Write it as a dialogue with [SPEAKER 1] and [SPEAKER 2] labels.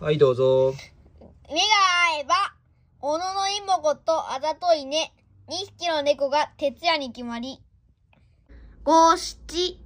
[SPEAKER 1] はい、どうぞ。
[SPEAKER 2] 目が合えば、小野の妹子とあざといね、2匹の猫が徹夜に決まり。五七